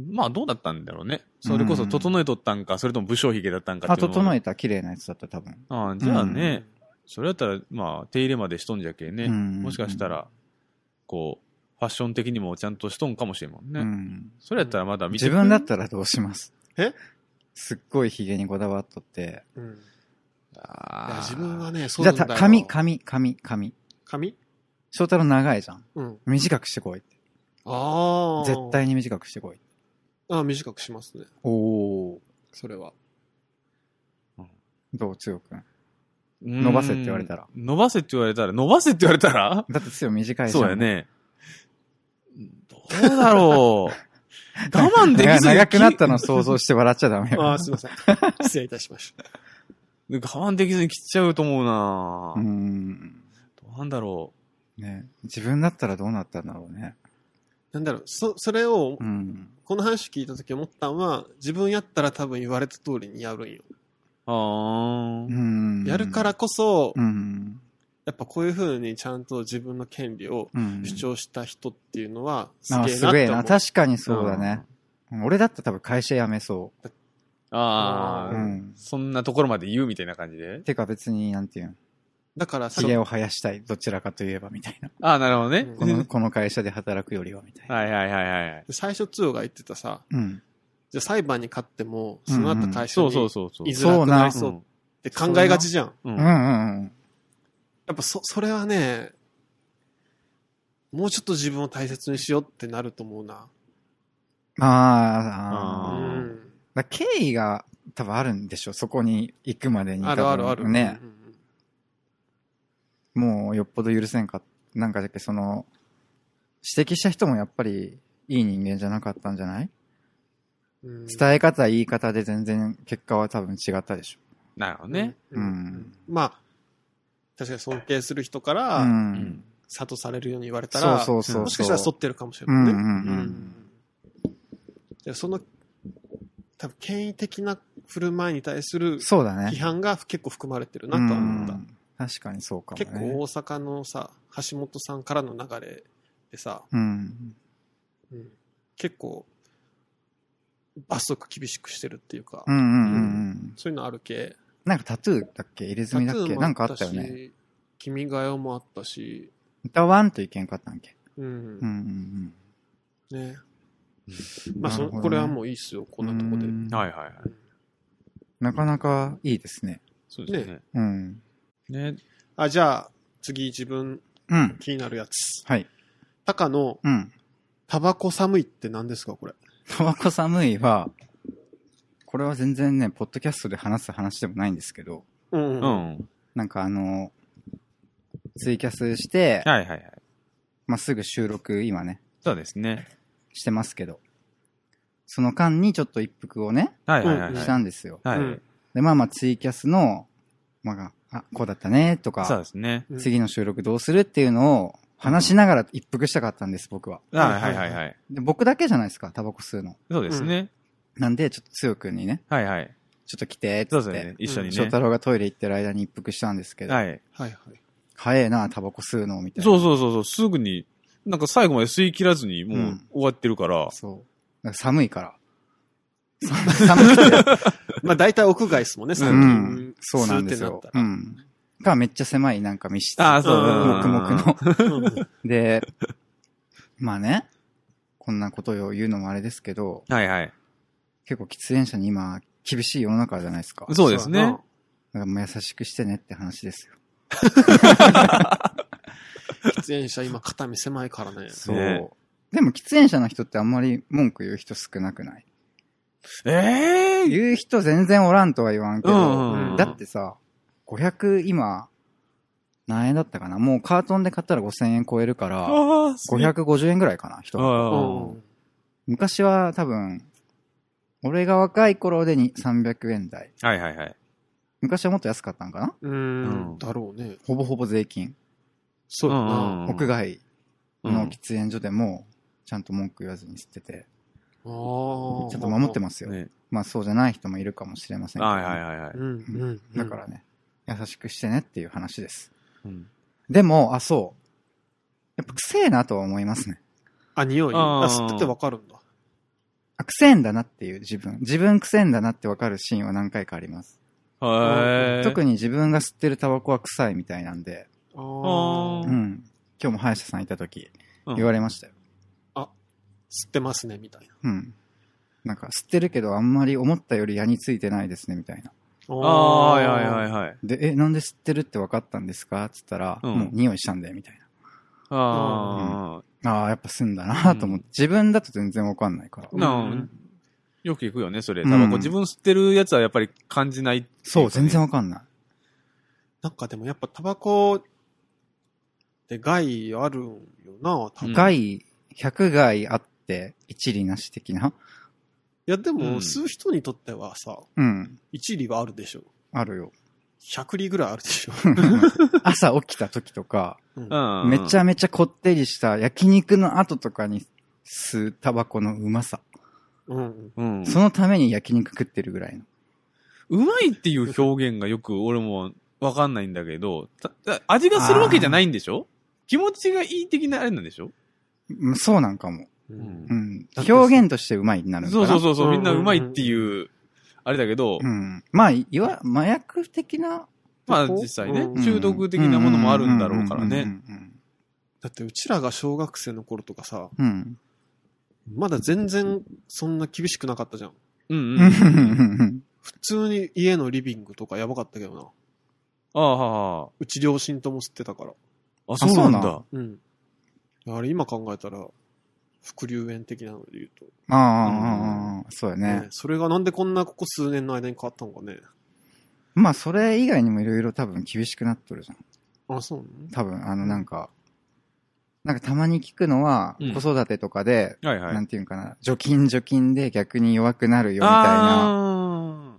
まあどうだったんだろうね。それこそ整えとったんか、それとも武将髭だったんかあ、っていうのも整えた綺麗なやつだった、多分。ああ、じゃあね、うんそれだったら、まあ手入れまでしとんじゃけね。うんもしかしたら、こう、ファッション的にもちゃんとしとんかもしれんもんね。うんそれやったらまだ見て自分だったらどうしますえすっごいヒゲにこだわっとって。うんいやああ自分はね、そうじゃなあんた、だよ。髪、髪、髪、髪。髪翔太郎長いじゃん。うん。短くしてこいって。ああ。絶。対に短くしてこい。あ短くしますね。おお。それは。どう、強くん。うん伸ばせって言われたら。伸ばせって言われたら、伸ばせって言われたらだって強い短いじゃん。そうだよ。ね。どうだろう。我慢できず に。長くなったのを想像して笑っちゃダメよ。 ああ、すいません。失礼いたしました。我慢できずに切っちゃうと思うなうーん。どうなんだろね。自分だったらどうなったんだろうね。なんだろう、そ、それをう、ん。この話聞いた時思ったんは、自分やったら多分言われた通りにやるんよ。う。うああ。ん。やるからこそう、ん。やっぱこういう風にちゃんと自分の権利をうん。主張した人っていうのは、すあ、げえすなっげえて思な。う。確かにそうだね。俺だったら多分会社辞めそあう。あ、うん。そんなところまで言うみたいな感じで。てか別に、なんていうん。だからさヒ、ゲを生やしたい、どちらかといえばみた いな。ああ、なるほどね。この、この会社で働くよりはみたいな。はいはいはいはいはい。最初、つよが言ってたさ、うん。じゃあ裁判に勝っても、その後会社そうにそう行そうそう。きづらくなりそうってそう考なえがちじゃん。うんうんうんうん。やっぱそ、それはね、もうちょっと自分を大切にしようってなると思うな。うあーあー。あーん。だから経緯が多分あるんでしょ、そこに行くまでに。あるあるあ多る。分ねう。んうんもうよっぽど許せんか、なんかだっけ、その、指摘した人もやっぱりいい人間じゃなかったんじゃないうん。伝え方、言い方で全然結果は多分違ったでしょ。なるほどね。うんまあ、確かに尊敬する人かう。ら、うんん。諭されるように言われたそうら、そうそうそう。もしかしたら反ってるかもしれうないんうね。んう。うんんじゃあその、多分、権威的な振る舞いに対するそうだね批。判が結構含まれてるなとは思った。うん確かにそうかもね。結構大阪のさ、橋本さんからの流れでさ、うん。うん結構、罰則厳しくしてるっていうか、うんうんうんうん。そういうのあるけ、なんかタトゥーだっけ入れ墨だっけなんかあったよね。し、君が代もあったし、歌わんといけんかったんけうんうんうんね。まあそなるほどねこれはもういいっすよ、こうんんなとこで。うんはいはいはい。なかなかいいですね。そうですね。うん。ね。あ、じゃあ、次自分うん。気になるやつ。はい。タカのうん。タバコ寒いって何ですか、これ。タバコ寒いは、これは全然ね、ポッドキャストで話す話でもないんですけど、うんううん。ん。はいなんかあの、ツイキャスして、はいはい。まあ、すぐ収録今ね、そうですね。してますけど、その間にちょっと一服をね、はいはいはいうんはしい。たんですよ。はういん。で、まあまあツイキャスの、まあ、あ、こうだったね、とそうか、ですね。うん次の収録どうするっていうのを話しながら一服したかったんです、僕は。はいはいはいはい。で僕だけじゃないですか、タバコ吸うの。そうですね。なんで、ちょっと強くんにね、はいはい。ちょっと来て、ってそ言っうですねて。、一緒に翔ね。太郎がトイレ行ってる間に一服したんですけど、はい。はいはい。早えな、タバコ吸うの、みたいな。そうそうそうそう、すぐに、なんか最後まで吸い切らずに、もううん終わってるから、そう。だから寒いから。 寒くて。まあ大体屋外っ すもんね、う最近。ん。そうなんですよ吸うっ。うてなっん。がめっちゃ狭い、なんか密室。ああ、そううんうん黙々の。たら。うんで、 まあね、こんなことを言うのもあれですけど、はいはい。結構喫煙者に今、厳しい世の中じゃないですか。だかそうですね。。らもう優しくしてねって話ですよ。喫煙者今肩身狭いからね。そう。ねでも喫煙者の人ってあんまり文句言う人少なくないええ言う人全然おらんとは言わんけうど、んうんううんん。だってさ、500今、何円だったかなもうカートンで買ったら5000円超えるかあら、ー、 550円ぐらいかな、人。あうん昔は多分、俺が若い頃でに300円台。あ。はいはいはい。昔はもっと安かったんかなうんう。んだろうね。ほぼほぼ税金。そうだな。屋外外の喫煙所でも、ちゃんと文句言わずに吸ってて、ああ。ちゃんと守ってまますよ。ね。まあそうじゃない人もいるかもしれませんけどね、はいはいはいはい。うんうん。だからね、優しくしてねっていう話です。うんでも、あ、そう。やっぱ臭えなとは思いますね。あ、匂い。あーあ、吸っててわかるんだ。あ、くせえんだなっていう自分。自分くせえんだなってわかるシーンは何回かあります。はい。特に。に自分が吸ってるタバコは臭いみたいなんで、うあうんん。今日も歯医者さんいた時、うん言われましたよ。吸ってますね、みたいな。うん。なんか、吸ってるけどあんまり思ったより矢についてないですね、みたいな。ああ、はいはいはいはい。で、え、なんで吸ってるって分かったんですかっつったら、うんもう匂いしたんだよ、みたいあな。ああ、やっぱ吸うんだなと思って、自分だと全然わかんないから。なあうんよく行くよね、それ。うんタバコ自分吸ってるやつはやっぱり感じない。そう、全然。わかんない。なんかでもやっぱタバコって害あるんよな、多分うん害、100害あって、一理なし的ないやでうんも、吸う人にとってはさ、うん。 1理はあるでしょ。ある よ。 100理ぐらいあるでしょ。朝起きた時とか、うんうん。めちゃ。ゃめちゃこってりした焼肉の後とかに吸うタバコのうまさ。うん。うん。そのために焼肉食ってるぐらいの。うまいっていう表現がよく俺もわかんないんだけど、たた味がするわけじゃないんでしょ気持ちがいい的なあれなんでしょうんそうなんかも。う。うん。うんん。だってそう表現としてうまいになるんかそなうそうそうそう、うんみうんうんんなうまいっていう、あれだけどう、ん。まあ、いわ、麻薬的なまあ実際ね、うん中毒的なものもあるんだろうからうね。んだってうちらが小学生の頃とかさ、うんうん。まだ全然そんな厳しくなかったじゃん。うんううんん。うんうあんうん普通に家のリビングとかやばかったけどな。あはあうち両親とも吸ってたから。あ、そうなそんうだ。うん。あれ今考えたら、副流炎的なので言うと。ああああああ、そうやねね。それがなんでこんなここ数年の間に変わったのかね。まあ、それ以外にもいろいろ多分厳しくなっとるじゃん。あ、そうなの多分、あの、なんか、なんかたまに聞くのはうん、子育てとかで、はいはい。なあんていうんかな、除菌除菌で逆に弱くなるよみたいな、あうん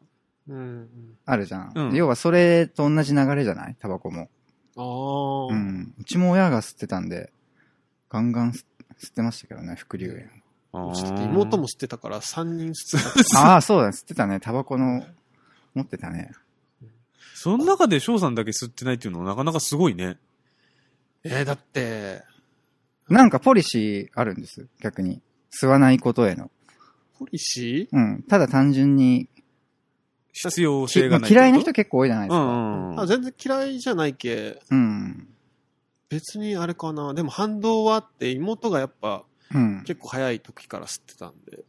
うん。るじゃん,、うん要はそれと同じ流れじゃないタバコも、ああ、うんうちも親が吸ってたんで、ガンガン吸吸ってましたけどね、副流 炎。あーうちだって妹も吸ってたから3人吸ってたから。ああ、そうだ、吸ってたね。タバコの、持ってたね。その中で翔さんだけ吸ってないっていうのはなかなかすごいね。 えー、だって、なんかポリシーあるんです、逆に。吸わないことへの。ポリシうん。ただ単純に、必要き性がまなあい。嫌いな人結構多いじゃないでうすんか。うんうーん。あ全然嫌いじゃないけ。うん。別にあれかな。でも反動はあって、妹がやっぱうん。結構早い時から吸ってたんで、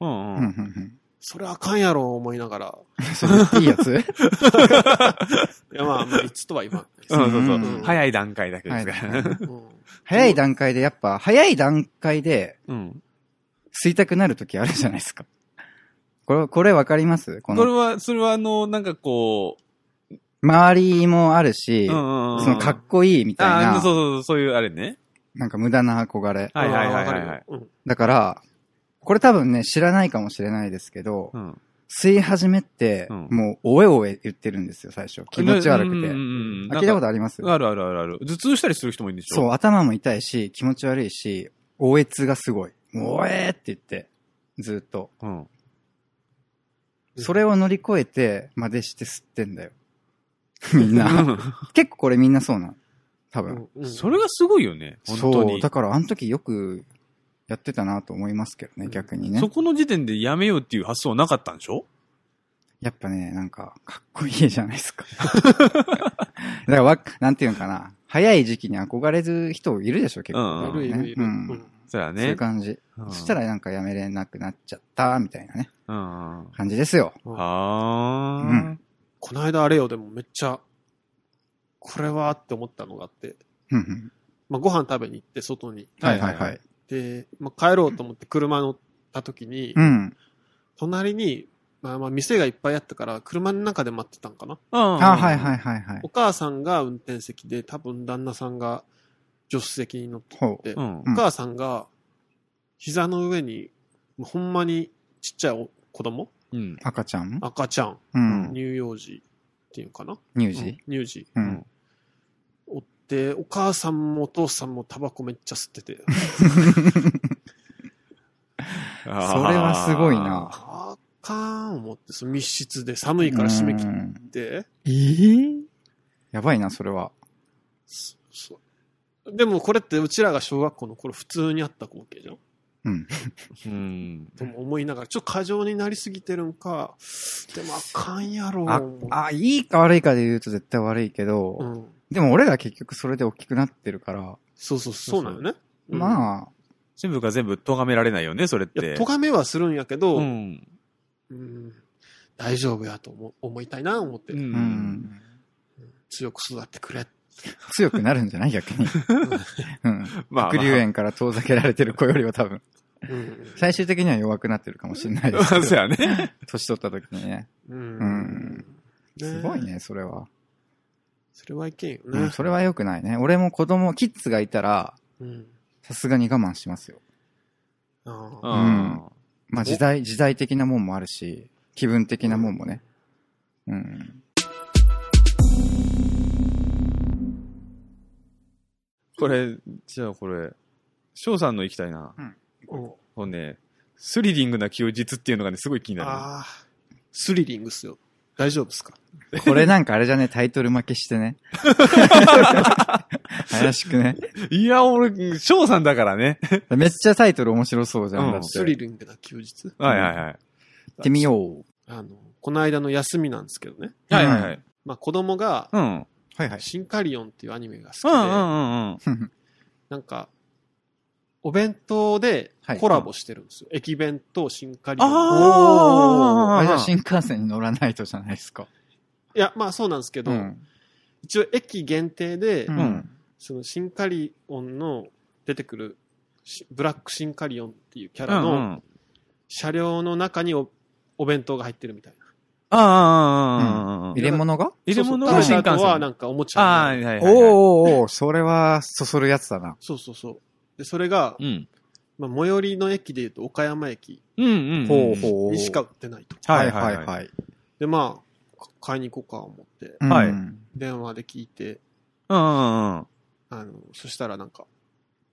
うんうううんんん。うんそれあかんやろ思いながら。それいいや つ。いやまあ、まあ、いつとは言わそなうそうそううん早い段階だけですかはらいね。い。うん早い段階で、やっぱ、早い段階で、うん。吸いたくなる時あるじゃないですか。これ、これわかりますここれの、は、それはあの、なんかこ周りもあるし、う、うんうんうん。そのかっこいいみたいああ、なそう、そうそう、そういうあれね。なんか無駄な憧れ。はいはいはいわはかるいよはい。うんだから、これ多分ね、知らないかもしれないですけど、うん。吸い始めって、うんもう、おえおえ言ってるんですよ、最初。気持ち悪くて。あ聞いたことあありますあるあるあるある。頭痛したりする人もいるんでしょそう、頭も痛いし、気持ち悪いし、おえつがすごい。もうおえーって言って、ずーっと。う。うん。うんそれを乗り越えて、までして吸ってんだよ。 みんな。 う結構これみんなそうなの。多う分。んうんんそれがすごいよね。本当そう。にだ。からあの時よくやってたなと思いますけどうね、ん逆にねそ。この時点でやめようっていう発想はなかったんでしょやっぱね、なんか、かっこいいじゃないですか。 だからわ、なんていうのかな。早い時期に憧れる人いるでしょ、結うん構、うんいるいるいる。ううんん。そうやそういねう。感じ。そしたら、らなんかやめれなくなっちゃった、みたいなね。うん。は感じですよ。うんあうーん。この間あれよ、でもめっちゃ、これはって思ったのがあって、うんうんまあ、ご飯食べに行って、外に。はいはいはい。で、まあ、帰ろうと思って車乗った時に、うん。隣に、まあまあ店がいっぱいあったから、車の中で待ってたんかな。あ、あはいはいはいはいお。母さんが運転席で、多分旦那さんが助手席に乗って、ほう。いうんう。んお母さんが膝の上に、もうほんまにちっちゃいお子供うん。赤ちゃん赤ちゃん、うん。乳幼児っていうのかな乳うん児乳児。ううんん。おって、お母さんもお父さんもタバコめっちゃ吸っ てて。それそれはすごいな。あかん思って、その密室で寒いから締め切うっんて。ええやばいな、それは。そそうでもこれってうちらが小学校の頃普通にあった光景じゃんうん。うん。とも思いながら、ちょっと過剰になりすぎてるんか、でもあかんやろあ思う、あ、いいか悪いかで言うと絶対悪いけうど、ん。でも俺ら結局それで大きくなってるから、そうそう、そうなのね。あ。まあ、全部が全部咎められないよね、それっいや、て。咎めはするんやけど、ううんん。大丈夫やと思思いたいな、思って、うん。ん。強く育ってくれ。強くなるんじゃない逆に。うん。まあ悪流炎から遠ざけられてる子よりは多分、うん。最終的には弱くなってるかもしれないでまあすけ そうど、やね。年取った時にね。ううんん。ねすごい。ね、それは。それはいけんようねん、。それは良くないね。俺も子供、キッズがいたら、うん。さすがに我慢しますよ。あうあん。まあ時代、時代的なもんもあるし、気分的なもんもね。うん。これ、じゃあこれ、翔さんの行きたいな。うんもうね、スリリングな休日っていうのがね、すごい気になああ、スリリングっすよ。大丈夫っすかこれなんかあれじゃね、タイトル負けしてね。怪しくね。る。いや、俺、翔さんだからね。めっちゃタイトル面白そうじゃん。うんだってスリリングな休日はいはいはい。行ってみよう。あの、この間の休みなんですけどね。はいはいはい。まあ子供が、うん。はいはい。シンカリオンっていうアニメが好きうで、んうんうんうん。なんか、お弁当ではいコラボしてるんですよ。駅弁とシンカリオあン。ーあーあじゃあ新幹線に乗らないとじゃないですか。いや、まあそうなんですけど、うん。一応駅限定で、ううんん。そのシンカリオンの出てくるしブラックシンカリオンっていうキャうラんうのん。車両の中におお弁当が入ってるみたいな。ああ、ああ、ああ。入れ物が入れ物そうがそう新食べた幹後はな線。んかおもちゃあにあ、はなるいはい。おーおーおーそれはそそるやつだな。そうそうそう。で、それがう、ん。まあ、最寄りの駅でいうと岡山駅うんうん。ほうほう。にしか売ってないと。はいはいはい。はい。で、まあ、か買いに行こうか思って、はいうん電話で聞いて、うんうんうん。あの、そしたらなんか、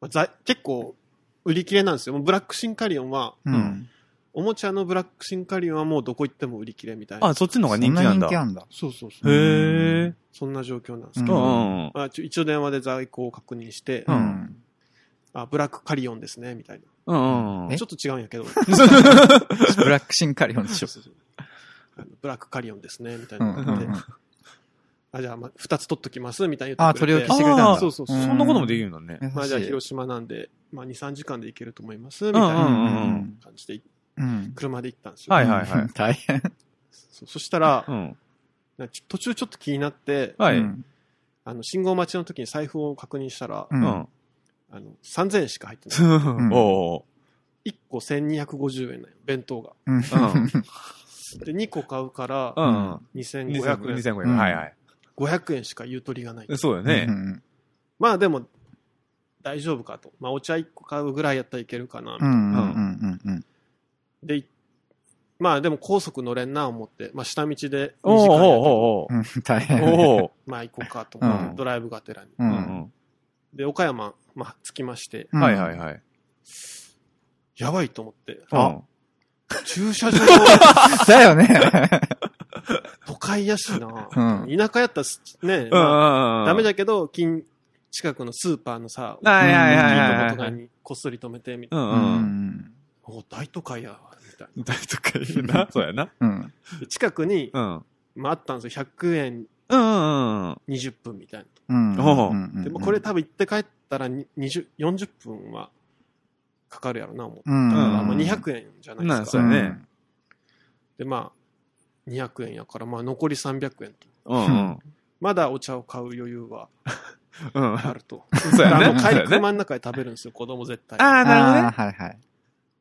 まあ、ざ結構売り切れなんですよ。もうブラックシンカリオンは、うん。おもちゃのブラックシンカリオンはもうどこ行っても売り切れみたいな。あ、そっちの方が人気なんだ。そへんな人気あそうそうそう。え。そんな状況なんでうすけんうど、んうん。まあ、ちょ一応電話で在庫を確認して、うんんあ、ブラックカリオンですね、みたいうんうんうんな。えちょっと違うんや けど、だ。 ブラックシンカリオンでしょ。そうそうあのブラックカリオンですね、みたいうなのんがうんあって。うん。あ、じゃあ、まあ、2つ取っときます、みたいなあ言あ、ってく取りれ置きして。てくれたんあだ。ーそうそうそううんそんなこともできるんだね。優しいまあ、じゃあ、広島なんで、まあ、2、3時間で行けると思います、みたういんうんなうん感じで、うん。車で行ったんですよ。はいはいはうんい。大変。。そうそしたらう、ん。なんかちょ途中ちょっと気になって、はいううんん。あの、信号待ちの時に財布を確認したらう、ん。あの、3000円しか入ってない。うん おー1個1250円なんよ、弁当が。うんで、2個買うからう、ん。 2500円。 2500円。はいは500円しかゆとりがない。い。そうだうね。んまあでも、大丈夫かと。まあお茶1個買うぐらいやったらいけるかな。うんうんうんうんで、いまあでも高速乗れんな思って、まあ下道で2時間やったおーおーおーうん。大おー変。おーまあ行こうかと思って、うんドライブがてらに。う。うんんで、岡山、まあ着きまして、うん。はいはいはい。やばいと思って、あ、駐車場だよね。都会やしな。うん田舎やったらすうんね、まあうん。ダメじだけど、近、近くのスーパーのさ、ゃはいはいいいはいとはこいとはかい。にこっそり止めて、みたういな。うんうん。ん。お大都会やわ、みたい大都会やな。そうやな。うん。な。で近くに、うん。まああったんですよ、100円うんうんうん。 20分みたいな。うん。おううんでもこれ、多分行って帰ったらに20 40分はかかるやろな、思って。うん。だからんまあうん200円じゃないですだか。よねで、まあ、200円やから、まあ残り300円と。うんうん。まだお茶を買う余裕はうん。あると。 そうやあねの。帰そうりやね。車の中で食べるんですよ、子供絶対。あああ、ーなるはいはい。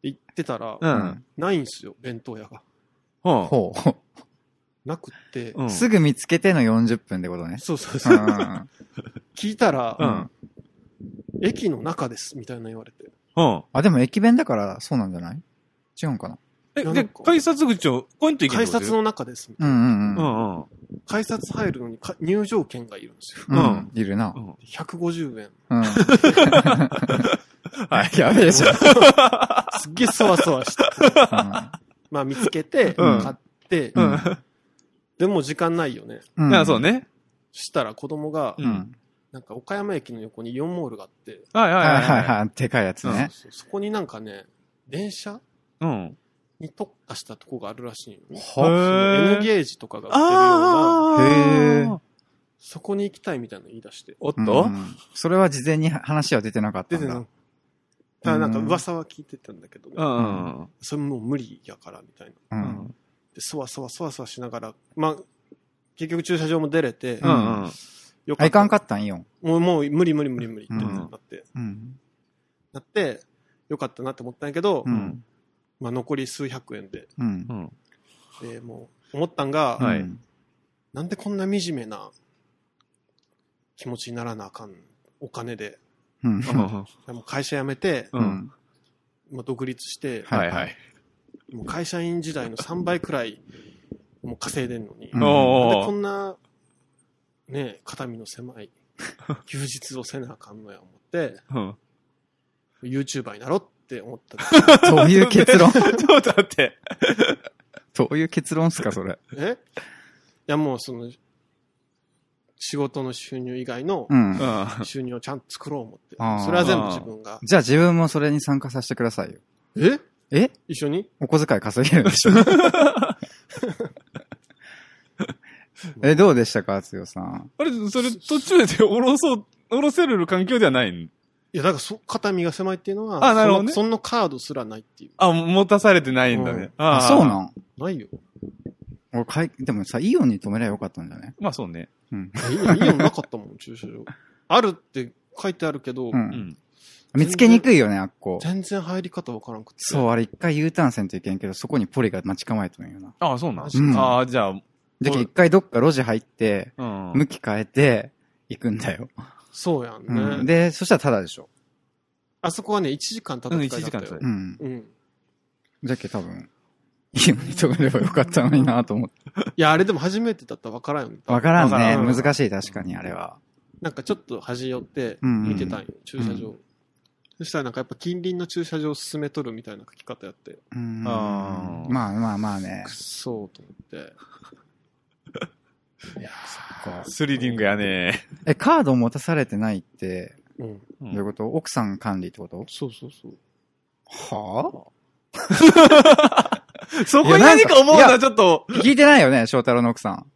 で行ってたら、ほどね。ないんすよ、弁当屋が。うん。うん。ほうほなくって、うう。んすぐ見つけての40分ってことね。そうそううそう。ん。 聞いたら、うん。駅の中です、みたいな言われて。うん。あ、でも駅弁だからそうなんじゃない違うんかなえ、なんで、か改札口を、コインと行け改る札の中です。みたういなんううんんうん。改札入るのにか入場券がいるんですよ。うん。うん。いるなう。ん。 150円。うん。はい。やべえじゃん。 すっげえそわそわして。まあ見つけて、うん買って、うんでも時間ないよね。うん あそう。ね。したら子供が、ううんん。なんか岡山駅の横にイオンモールがあって、はいははいいははいいはい。はい。でかいやつね。そうそこになんかね、電車うん。に特化したとこがあるらしいの、へね。はー N ゲージとかが売ってるような、ああ。へえそこに行きたいみたいなの言い出して。おっうんとそれは事前に話は出てなかった出んてだ。なただなんか噂は聞いてたんだけどね、うんうんそれもう無理やからみたいな。う。うんん。で、そわそわそわそわしながら、まあ、結局駐車場も出れて、うんうん。よあ、かっいかんたか。ったんよ。もう、もう無理無理無理無理ってなって、うん。なって、よかったなって思ったんやけど、うん。まあ残り数百円で、うんう。ん。で、もう、思ったんが、はいうんなんでこんな惨めな気持ちにならなあかん、お金で。うん。もう会社辞めて、う。うんん。もう独立して、はいはい。もう会社員時代の3倍くらい、もう稼いでんのに、うんなんでおこお。んな、ね、肩身の狭い、休日をせなあかんのや思って、うん。 YouTuber になろうって思った。 どういう結論ちょっと待って。どういう結論っすか、それ。えいやもうその、仕事の収入以外のうんう。ん。収入をちゃんと作ろう思ってあー。それは全部自分が。じゃあ自分もそれに参加させてくださいよ。ええ一緒にお小遣い稼げるでしょえ、どうでしたか、つよさん。あれ、それ途中でおろそう、おろせる環境ではないんいや、だからそ、肩身が狭いっていうのは、あなるほどねそのそのカードすらないっていあ、持たされてないんだうねん。ああ、あそうなんう。ないよ。俺かい、でもさ、イオンに止めりゃよかったんじゃないまあそうね。あイオンイオンなかったもん、駐車場。あるって書いてあるけど、う。うんん。見つけにくいよね、あっこ。全然入り方わからんくて。そう、あれ一回 U ターンせんといけんけど、そこにポリが待ち構えとんよな。ああ、そうなん。うんああ、じゃあ、じゃけポリ一回どっか路地入って、うん。向き変えて、行くんだよ。そうやんね。うん。で、そしたらタダでしょ。あそこはね、1時間経ったうん1時間だった経よっ。うん。うん。じゃけ多分、イオンに止めればよかったのになと思って。いや、あれでも初めてだったらわからんよね。わからんわからね。ん難しい、確かに、あれは。なんかちょっと端寄ってうん見てたんよ、駐車場。そしたらなんかやっぱ近隣の駐車場を進めとるみたいな書き方やって。うん。あーまあまあまあねく。そうと思って。そっかスリリングやね。え、カード持たされてないって、うん。うどんういうこと奥さん管理ってことそうそうそう。はそこに何か思うのいやはちょっと。ぁ聞いてないよね、翔太郎の奥さん。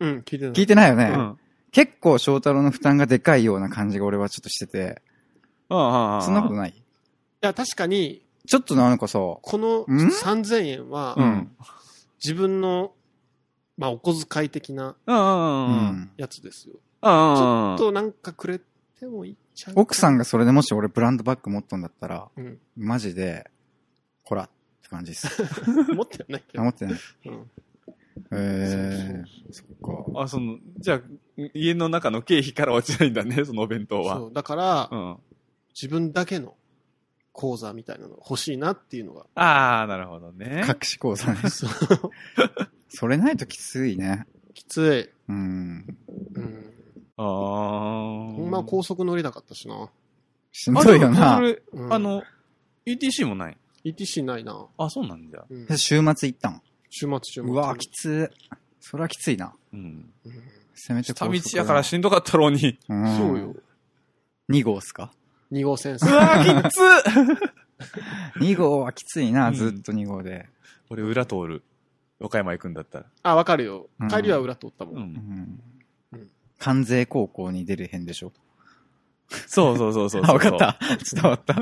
うん、聞いてな聞いい。てないようね。ん。結構翔太郎の負担がでかいような感じが俺はちょっとしてて。そんなことい。ないいや、確かに、ちょっとなんかさ、このん3000円は、うん。自分の、まあ、お小遣い的なうんうんううんうん。ん。やつですよ。うんちうんうょんっとなんかくれてもいいんちゃうか奥さんがそれでもし俺ブランドバッグ持っとんだったら、うんマジで、ほらって感じです。持ってないけど。思ってない。うんえー、か。あ、その、じゃあ、家の中の経費から落ちないんだね、そのお弁当そうそうは。そうだから、うん。あ自分だけの口座みたいなのが欲しいなっていうのが。あー、なるほどね。隠し口座ね。そうそれないときついね。きつうん。い。うん。ああ。ほほんま高速乗れなかったしな。しんどいよなあ。でもそうんれあ、の、UTC もない。 ETC ないな。あ、そうなんじゃ。うんで週末行ったん。週末週末。うわきつい。それはきついな。うん。うんせめて下高道速やからしんどかったろうに。うんそうよ。。 2号っすか2号線うわー、きっつ ?2 号はきついな、うんずっと2号で。 俺、裏通る。和歌山行くんだったら。あ、わかるようん。帰りは裏通ったもん。う。うんんうん。関西高校に出る辺でしょ。そうそうそう そうそう。あ、わかった。。伝わった。い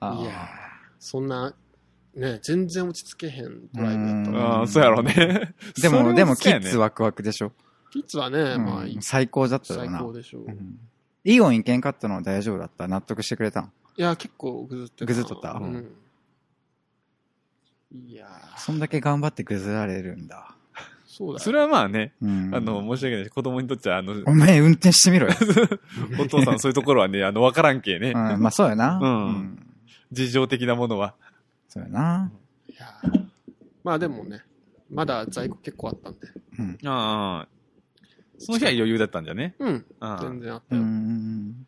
やーそんな、ね、全然落ち着けへんドライブやったんわ。ああ、そうやろうね。でも、それでも、そキうやッねズワクワクでしょ。キッズはね、うんまあいい、最高だったよ最な高。でしょう。うんイオン行けんかったのは大丈夫だった。納得してくれたん。いや、結構ぐずってたなぐずっとったうん。いやーそんだけ頑張って崩られるんだ。そうだよそれはまあね、うんあの、、申し訳ないし、子供にとっちゃ、あの、お前運転してみろ よ。お父さんそういうところはね、あの、わからんけねう。ん、まあそうやな。うん事情的なものは。そうやな。いやーまあでもね、まだ在庫結構あったんで。うん。ああ。その日は余裕だったんじゃね。うん、ああ全然あっうたよ。ん。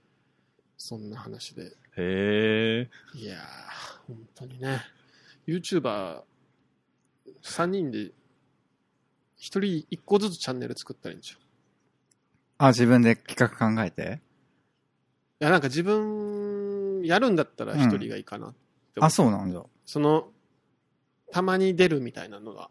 そんな話で。へえ。いやー、本当にね。YouTuber、3人で、1人1個ずつチャンネル作ったらいいんでしょ。あ、自分で企画考えて。いや、なんか自分、やるんだったら1人がいいかな。あ、そうなんじゃ。その、たまに出るみたいなのが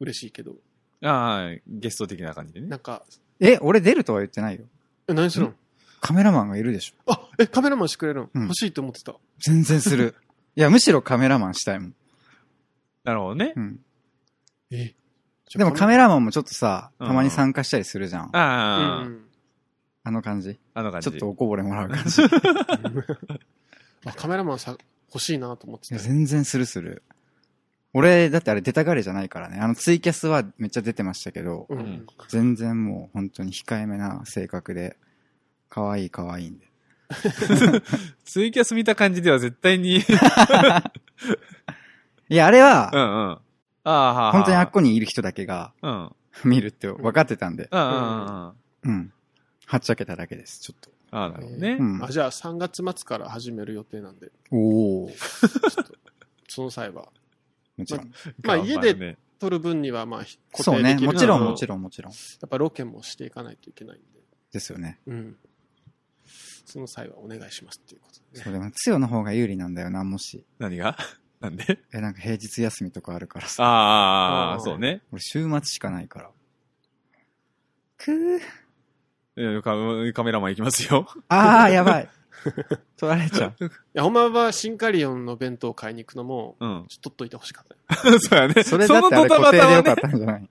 嬉しいけど、ああ、ゲスト的な感じでねな。んか、え、俺出るとは言ってないよ。え、何するんカメラマンがいるでしょ。あ、え、カメラマンしてくれるん、うん欲しいと思ってた。全然す る。いや、むしろカメラマンしたいもん。なるほどねう。ん。えでもカメラマンもちょっとさ、うんたまに参加したりするじゃん。ラうあん。あの感じ。あ、あの感ちょじ。っとおこぼれもらう感 じ。い あカメラマンさ、欲しいなと思ってや、た。全然するする。俺、だってあれ出たがりじゃないからね。あのツイキャスはめっちゃ出てましたけど、ううんん。全然もう本当に控えめな性格で、可愛い可愛いんで。ツイキャス見た感じでは絶 対に。いや、あれうんうは、ん。ああ、はあ。本当にあっこにいる人だけがうん。うん見るって分かってたんで、うんうんうん。あうん。はっちゃけただけです、ちょっと。あ、なるほどねう。んあ、。じゃあ3月末から始める予 定なんで、おー。その際は。もちろん。まあ頑張る家でね撮る分には、まあ、ひ固そう定でね。きもるちろんけどもちろんもちろん。やっぱロケもしていかないといけないんで、ですよね。うん。その際はお願いしますっていうことでそね。うでも、つよの方が有利なんだよな、もし。何が なんでえ、なんか平日休みとかあるからさ。あああ、ーそうね。俺週末しかないから。くえカカメラマン行きますよ。ー。ああ、やばい。 取られちゃう。や、ほんまはシンカリオンの弁当を買いに行くのも、 うん。ちょっと取っといてほしかったよ。そうやね。それだってあれ固そのドタバ定タでよはかねっ。たんじゃない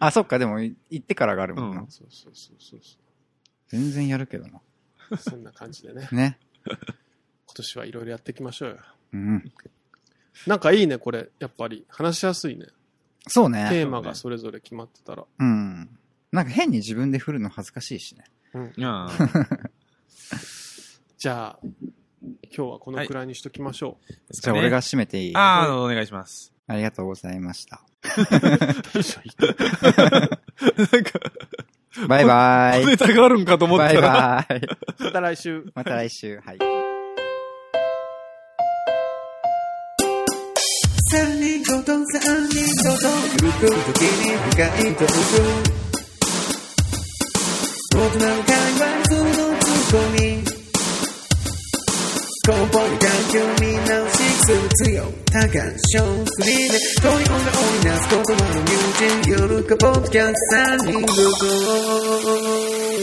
あ、そっか、でもい行ってからがあるもんな。うんそうそうそうそうそ全然やるけどな。う。そんな感じで ね。今ね。年はいろいろやっていきましょうよ。うん。なんかいいね、これ。やっぱり。話しやすいね。そうテね。ーマがそれぞれ決まってたら。うん。なんか変に自分で振るの恥ずかしいしね。うん じゃあ、今日はこのくらいにしときましょじゃあ俺が締めていいああ、お願いします。ありがとうございました。う。大将言ってなんか、バイバイ。ネタがあるんか と思ったバイら。バイ。 また来週。また来週。はい。三人ごと三人ごとぐるぐる時に深いトーク大人の会話そのツッコミ根本の環境見直しする強多感症フリーで問い女を織りなす言葉の友人夜かポッドキャスト三人ごと